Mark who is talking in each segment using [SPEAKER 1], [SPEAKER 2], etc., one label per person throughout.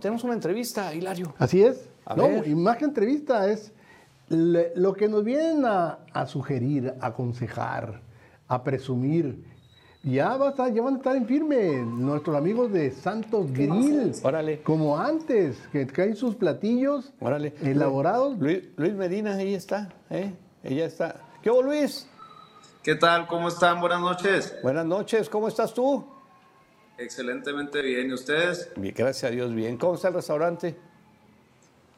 [SPEAKER 1] Tenemos una entrevista, Hilario.
[SPEAKER 2] Así es.
[SPEAKER 1] A
[SPEAKER 2] no,
[SPEAKER 1] ver.
[SPEAKER 2] y más que entrevista es le- lo que nos vienen a, a sugerir, a aconsejar, a presumir. Ya, va a estar- ya van a estar en firme nuestros amigos de Santos Grill.
[SPEAKER 1] Órale.
[SPEAKER 2] Como antes, que traen sus platillos
[SPEAKER 1] Órale.
[SPEAKER 2] elaborados.
[SPEAKER 1] Luis, Luis Medina, ahí está, ¿eh? Ella está. ¿Qué hubo, Luis?
[SPEAKER 3] ¿Qué tal? ¿Cómo están? Buenas noches.
[SPEAKER 1] Buenas noches, ¿cómo estás tú?
[SPEAKER 3] Excelentemente bien. ¿Y ustedes?
[SPEAKER 1] Bien, gracias a Dios, bien. ¿Cómo está el restaurante?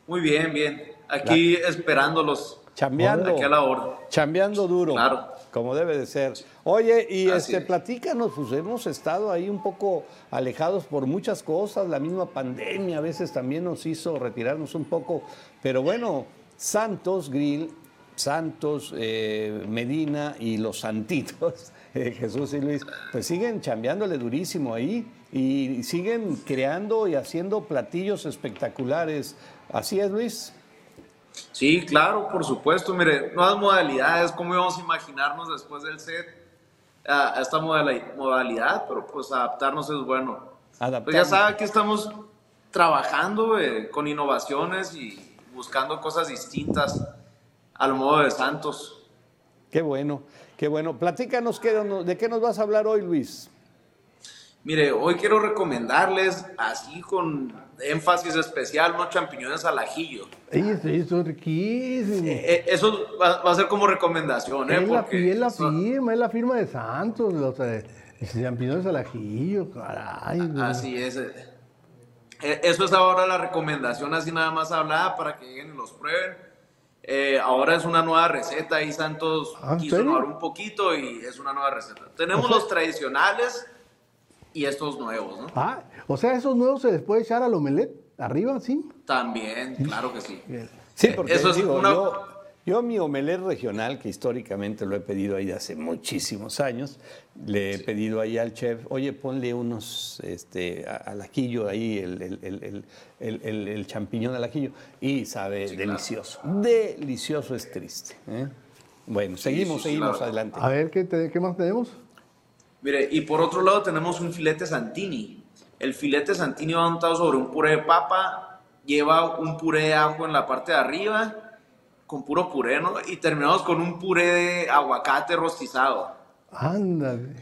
[SPEAKER 3] Muy bien, bien. Aquí esperándolos.
[SPEAKER 1] Chambeando.
[SPEAKER 3] Aquí a la orden.
[SPEAKER 1] Chambeando duro.
[SPEAKER 3] Claro.
[SPEAKER 1] Como debe de ser. Oye, y
[SPEAKER 3] Así
[SPEAKER 1] este,
[SPEAKER 3] es.
[SPEAKER 1] platícanos, pues hemos estado ahí un poco alejados por muchas cosas. La misma pandemia a veces también nos hizo retirarnos un poco. Pero bueno, Santos Grill, Santos, eh, Medina y los Santitos, eh, Jesús y Luis, pues siguen chambeándole durísimo ahí y siguen creando y haciendo platillos espectaculares. Así es, Luis.
[SPEAKER 3] Pues Sí, claro, por supuesto. Mire, nuevas modalidades, ¿cómo íbamos a imaginarnos después del set a, a esta modala- modalidad? Pero pues adaptarnos es bueno. Pues ya
[SPEAKER 1] Adaptarnos.
[SPEAKER 3] sabe que estamos trabajando eh, con innovaciones y buscando cosas distintas al modo de Santos.
[SPEAKER 1] Qué bueno, qué bueno. Platícanos qué nos- de qué nos vas a hablar hoy, Luis.
[SPEAKER 3] Mire, hoy quiero recomendarles, así con énfasis especial, unos champiñones al ajillo.
[SPEAKER 2] Ey, eso- eso es riquísimo.
[SPEAKER 3] Eh, eh, eso va, va a ser como recomendación, ¿eh?
[SPEAKER 2] es, la,
[SPEAKER 3] Porque
[SPEAKER 2] es la
[SPEAKER 3] eso-
[SPEAKER 2] firma, es la firma de Santos, los eh, champiñones al ajillo, caray. güey.
[SPEAKER 1] Ah,
[SPEAKER 3] Así es. eh. Eh, Eso es ahora la recomendación, así nada más hablada, para que lleguen y los prueben. Eh, ahora es una nueva receta, ahí Santos
[SPEAKER 2] Ah, ¿en
[SPEAKER 3] quiso
[SPEAKER 2] serio?
[SPEAKER 3] innovar un poquito y es una nueva receta. Tenemos los tradicionales y estos nuevos, ¿no?
[SPEAKER 2] Ah, o sea, esos nuevos se les puede echar al omelet arriba, sí.
[SPEAKER 3] También, claro que sí.
[SPEAKER 1] Sí, porque
[SPEAKER 3] Eso es
[SPEAKER 1] digo,
[SPEAKER 3] una-
[SPEAKER 1] yo, yo mi omelet regional, que históricamente lo he pedido ahí de hace muchísimos años, le he pedido ahí al chef, oye, ponle unos este, a- al ajillo ahí, el, el- el- el- el- el- el champiñón al ajillo, y sabe
[SPEAKER 3] claro.
[SPEAKER 1] delicioso. Delicioso es triste. ¿eh? Bueno, seguimos,
[SPEAKER 3] sí, sí,
[SPEAKER 1] seguimos
[SPEAKER 3] claro.
[SPEAKER 1] adelante.
[SPEAKER 2] A ver, ¿qué, te- qué más tenemos?
[SPEAKER 3] Mire, y por otro lado tenemos un filete Santini. El filete Santini va untado sobre un puré de papa, lleva un puré de ajo en la parte de arriba, con puro puré, ¿no? Y terminamos con un puré de aguacate rostizado.
[SPEAKER 2] Ándale.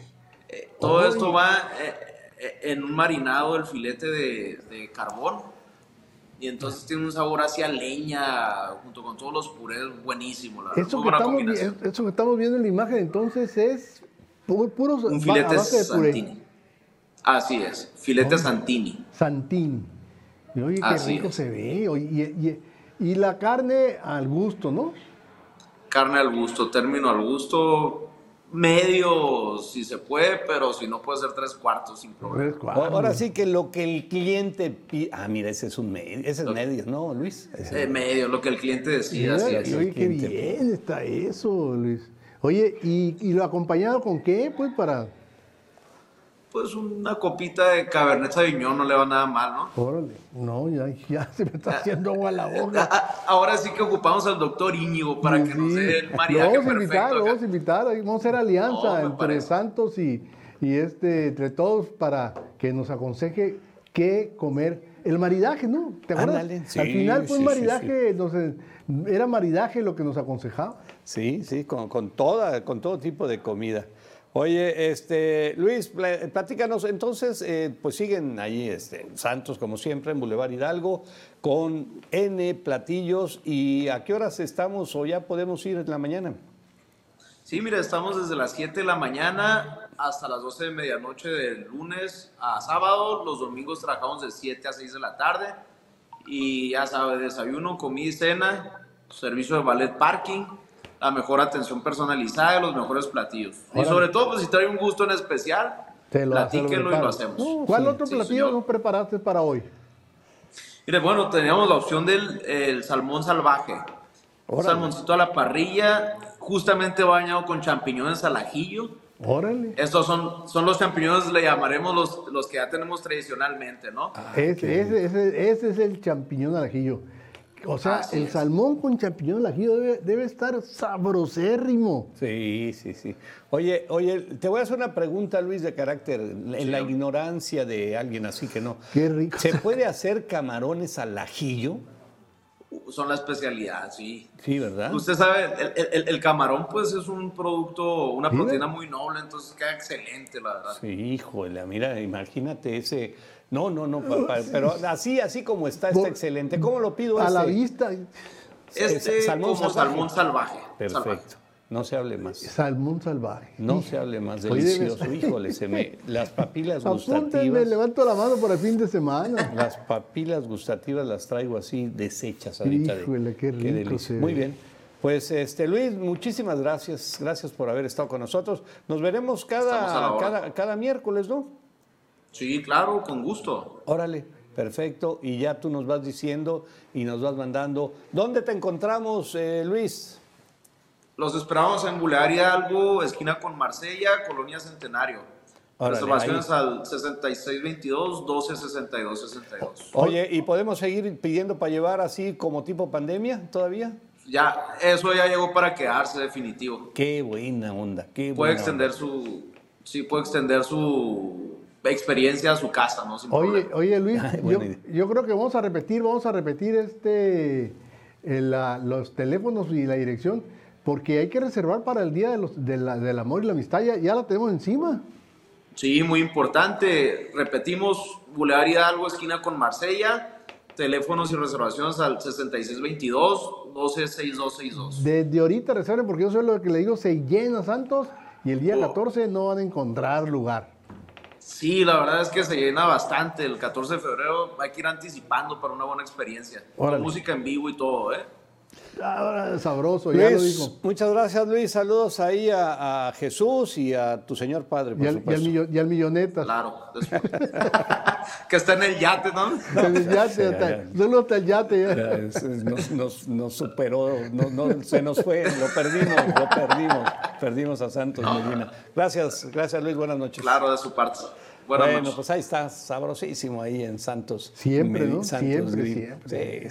[SPEAKER 3] Eh, todo
[SPEAKER 2] Uy.
[SPEAKER 3] esto va eh, eh, en un marinado del filete de, de carbón. Y entonces tiene un sabor así a leña, junto con todos los purés, buenísimo, la verdad.
[SPEAKER 2] Eso
[SPEAKER 3] Muy
[SPEAKER 2] que,
[SPEAKER 3] buena
[SPEAKER 2] estamos, vi-
[SPEAKER 3] combinación.
[SPEAKER 2] eso que estamos viendo en la imagen entonces es pu- puros
[SPEAKER 3] Un
[SPEAKER 2] ba- a
[SPEAKER 3] filete
[SPEAKER 2] base de puré.
[SPEAKER 3] Santini. Así es, filete
[SPEAKER 2] Oh.
[SPEAKER 3] Santini.
[SPEAKER 2] Santín. Y oye, qué
[SPEAKER 3] Así
[SPEAKER 2] rico
[SPEAKER 3] es.
[SPEAKER 2] se ve. oye, y, y- y la carne al gusto, ¿no?
[SPEAKER 3] carne al gusto, término al gusto, medio si se puede, pero si no puede ser tres cuartos sin problema.
[SPEAKER 2] Tres
[SPEAKER 1] O-
[SPEAKER 2] cuadros.
[SPEAKER 1] Ahora sí que lo que el cliente pide. Ah, mira, ese es un medio. Ese es medio, ¿no, Luis? Ese-
[SPEAKER 3] Eh, medio, lo que el cliente
[SPEAKER 2] Y
[SPEAKER 3] decida. así
[SPEAKER 2] oye,
[SPEAKER 3] es.
[SPEAKER 2] ¿eh? y oye, qué
[SPEAKER 1] Quince.
[SPEAKER 2] bien está eso, Luis. Oye, ¿y, y lo acompañado con qué? Pues para.
[SPEAKER 3] Pues una copita de Cabernet Sauvignon no le va nada mal, ¿no?
[SPEAKER 2] Órale. No, ya, ya se me está haciendo agua la
[SPEAKER 3] A-
[SPEAKER 2] boca.
[SPEAKER 3] a- Ah, ahora sí que ocupamos al doctor Íñigo para que nos
[SPEAKER 2] Sí.
[SPEAKER 3] dé el
[SPEAKER 2] Lo
[SPEAKER 3] maridaje
[SPEAKER 2] vamos a
[SPEAKER 3] perfecto.
[SPEAKER 2] invitar, lo
[SPEAKER 3] acá.
[SPEAKER 2] vamos a invitar, ahí vamos a hacer alianza
[SPEAKER 3] No, me
[SPEAKER 2] entre
[SPEAKER 3] parece.
[SPEAKER 2] Santos y, y este, entre todos para que nos aconseje qué comer. El maridaje, ¿no? ¿Te acuerdas?
[SPEAKER 1] Ándale.
[SPEAKER 2] Al
[SPEAKER 1] Sí,
[SPEAKER 2] final fue un
[SPEAKER 1] sí, sí,
[SPEAKER 2] maridaje, nos, eh, era maridaje lo que nos aconsejaba.
[SPEAKER 1] Sí, sí, con, con toda, con todo tipo de comida. Oye, este, Luis, pla- platícanos, entonces, eh, pues siguen ahí este, Santos, como siempre, en Boulevard Hidalgo, con N platillos. ¿Y a qué horas estamos o ya podemos ir en la mañana?
[SPEAKER 3] Sí, mira, estamos desde las 7 de la mañana hasta las 12 de medianoche del lunes a sábado. Los domingos trabajamos de 7 a 6 de la tarde. Y ya sabes, desayuno, comida y cena, servicio de ballet parking, la mejor atención personalizada y los mejores platillos. Y
[SPEAKER 2] Órale.
[SPEAKER 3] sobre todo, pues si trae un gusto en especial,
[SPEAKER 2] Te lo- se lo
[SPEAKER 3] platíquenlo y lo
[SPEAKER 2] preparo.
[SPEAKER 3] hacemos.
[SPEAKER 2] ¿Cuál
[SPEAKER 1] sí.
[SPEAKER 2] otro
[SPEAKER 3] Sí,
[SPEAKER 2] platillo
[SPEAKER 3] señor.
[SPEAKER 2] nos preparaste para hoy?
[SPEAKER 3] Mire, bueno, teníamos la opción del el salmón salvaje. Un
[SPEAKER 1] Órale.
[SPEAKER 3] salmoncito a la parrilla, justamente bañado con champiñones al ajillo.
[SPEAKER 2] Órale.
[SPEAKER 3] Estos son, son los champiñones, le llamaremos los,
[SPEAKER 1] Ah.
[SPEAKER 3] los que ya tenemos tradicionalmente, ¿no?
[SPEAKER 2] ese, ese, ese, ese es el champiñón al ajillo. O sea,
[SPEAKER 3] Así
[SPEAKER 2] el
[SPEAKER 3] es.
[SPEAKER 2] salmón con champiñón al ajillo debe, debe estar sabrosérrimo.
[SPEAKER 1] Sí, sí, sí. Oye, oye, te voy a hacer una pregunta, Luis, de carácter, en la ignorancia de alguien así que no.
[SPEAKER 2] Qué rico.
[SPEAKER 1] ¿Se puede hacer camarones al ajillo?
[SPEAKER 3] Son la especialidad, sí.
[SPEAKER 1] Sí, ¿verdad?
[SPEAKER 3] Usted sabe, el, el- el- el camarón pues es un producto, una
[SPEAKER 2] Sí,
[SPEAKER 3] proteína
[SPEAKER 2] ¿ve?
[SPEAKER 3] muy noble, entonces queda excelente, la verdad.
[SPEAKER 1] Sí, híjole, mira, imagínate ese. No, no, no, pa- pa- pero así, así como está, está
[SPEAKER 2] Bo-
[SPEAKER 1] excelente. ¿Cómo lo pido
[SPEAKER 2] A la
[SPEAKER 1] este?
[SPEAKER 2] vista,
[SPEAKER 3] Este
[SPEAKER 1] Es salmón
[SPEAKER 3] como
[SPEAKER 1] salvaje.
[SPEAKER 3] salmón salvaje. salvaje.
[SPEAKER 1] Perfecto. No se hable más.
[SPEAKER 2] salmón salvaje.
[SPEAKER 1] No se hable más.
[SPEAKER 2] Oye, debes-
[SPEAKER 1] Delicioso, híjole, se me. Las papilas
[SPEAKER 2] Apúntenme,
[SPEAKER 1] gustativas.
[SPEAKER 2] levanto la mano para el fin de semana.
[SPEAKER 1] Las papilas gustativas las traigo así deshechas ahorita. de-
[SPEAKER 2] Híjole, qué rico se ve.
[SPEAKER 1] Muy bien. Pues este Luis, muchísimas gracias. Gracias por haber estado con nosotros. Nos veremos
[SPEAKER 3] Estamos a la
[SPEAKER 1] cada,
[SPEAKER 3] hora.
[SPEAKER 1] cada, cada miércoles, ¿no?
[SPEAKER 3] Sí, claro, con gusto.
[SPEAKER 1] Órale, perfecto. Y ya tú nos vas diciendo y nos vas mandando. ¿Dónde te encontramos, eh, Luis?
[SPEAKER 3] Los esperamos en Boulevard Hidalgo, esquina con Marsella, Colonia Centenario.
[SPEAKER 1] Órale,
[SPEAKER 3] Reservaciones al 6622 126262.
[SPEAKER 1] Oye, ¿y podemos seguir pidiendo para llevar así como tipo pandemia todavía?
[SPEAKER 3] Ya, eso ya llegó para quedarse definitivo.
[SPEAKER 1] Qué buena onda, qué
[SPEAKER 3] Puede
[SPEAKER 1] buena
[SPEAKER 3] extender
[SPEAKER 1] onda.
[SPEAKER 3] su sí puede extender su experiencia a su casa, ¿no? Sin
[SPEAKER 2] Oye,
[SPEAKER 3] problema.
[SPEAKER 2] oye Luis,
[SPEAKER 1] Ay,
[SPEAKER 2] yo,
[SPEAKER 1] buena idea.
[SPEAKER 2] yo creo que vamos a repetir, vamos a repetir este eh, la- los teléfonos y la dirección, porque hay que reservar para el día de los- de la- del amor y la amistad, ya, ya la tenemos encima.
[SPEAKER 3] Sí, muy importante. Repetimos, Boulevard Hidalgo, esquina con Marsella. Teléfonos y reservaciones al 6622 126262.
[SPEAKER 2] Desde ahorita reserven, porque yo soy lo que le digo, se llena Santos y el día
[SPEAKER 3] Oh.
[SPEAKER 2] 14 no van a encontrar lugar.
[SPEAKER 3] Sí, la verdad es que se llena bastante. El 14 de febrero hay que ir anticipando para una buena experiencia.
[SPEAKER 2] Órale.
[SPEAKER 3] Con música en vivo y todo, ¿eh?
[SPEAKER 2] Ahora, Ah, sabroso, Pues ya lo
[SPEAKER 1] Luis,
[SPEAKER 2] digo.
[SPEAKER 1] muchas gracias Luis, saludos ahí a, a Jesús y a tu señor padre, por
[SPEAKER 2] Y al, y al
[SPEAKER 1] supuesto.
[SPEAKER 2] millo- y al milloneta.
[SPEAKER 3] Claro. Después- que está en el yate, ¿no?
[SPEAKER 2] Desde el yate,
[SPEAKER 1] Sí,
[SPEAKER 2] hasta-
[SPEAKER 1] ya, ya.
[SPEAKER 2] solo hasta el yate. ya.
[SPEAKER 1] Ya, es- es- Nos, nos- nos superó, no- no- se nos fue, lo perdimos, lo perdimos, perdimos a Santos Medina. Gracias, gracias Luis, buenas noches.
[SPEAKER 3] Claro, de su parte. Buenas
[SPEAKER 1] Bueno,
[SPEAKER 3] noches.
[SPEAKER 1] pues ahí está, sabrosísimo ahí en Santos.
[SPEAKER 2] Siempre,
[SPEAKER 1] Medi-
[SPEAKER 2] ¿no? Siempre, siempre.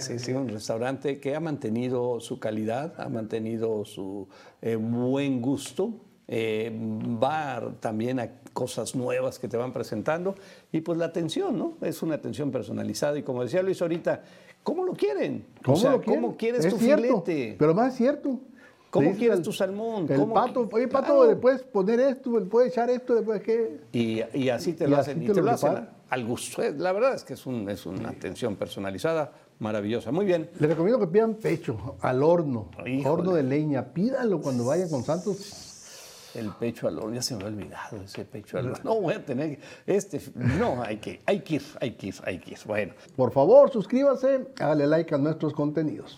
[SPEAKER 1] Sí, sí, sí, un restaurante que ha mantenido su calidad, ha mantenido su eh, buen gusto, eh, va también a cosas nuevas que te van presentando y pues la atención, ¿no? Es una atención personalizada y como decía Luis ahorita, ¿cómo lo quieren? O
[SPEAKER 2] ¿Cómo
[SPEAKER 1] sea,
[SPEAKER 2] lo quieres?
[SPEAKER 1] ¿Cómo quieres
[SPEAKER 2] Es
[SPEAKER 1] tu
[SPEAKER 2] cierto,
[SPEAKER 1] filete?
[SPEAKER 2] Pero más es cierto.
[SPEAKER 1] ¿Cómo
[SPEAKER 2] Le dices
[SPEAKER 1] quieres
[SPEAKER 2] al-
[SPEAKER 1] tu salmón?
[SPEAKER 2] El
[SPEAKER 1] ¿Cómo
[SPEAKER 2] pato,
[SPEAKER 1] qui-
[SPEAKER 2] oye, pato,
[SPEAKER 1] Claro.
[SPEAKER 2] le puedes poner esto, le puedes echar esto, le puedes qué.
[SPEAKER 1] Y, y así te
[SPEAKER 2] Y
[SPEAKER 1] lo
[SPEAKER 2] así
[SPEAKER 1] hacen, y
[SPEAKER 2] te
[SPEAKER 1] te
[SPEAKER 2] lo
[SPEAKER 1] lo hacen
[SPEAKER 2] preparan.
[SPEAKER 1] al gusto. Eh, La verdad es que es, un- es una atención personalizada maravillosa. Muy bien.
[SPEAKER 2] Les recomiendo que pidan pecho al horno,
[SPEAKER 1] Híjole.
[SPEAKER 2] horno de leña. Pídalo cuando vayan con Santos.
[SPEAKER 1] El pecho al horno, ya se me ha olvidado ese pecho al horno. No voy a tener que- este, no, hay que, hay que ir, hay que ir, hay que ir. Bueno,
[SPEAKER 2] Por favor, suscríbase, dale like a nuestros contenidos.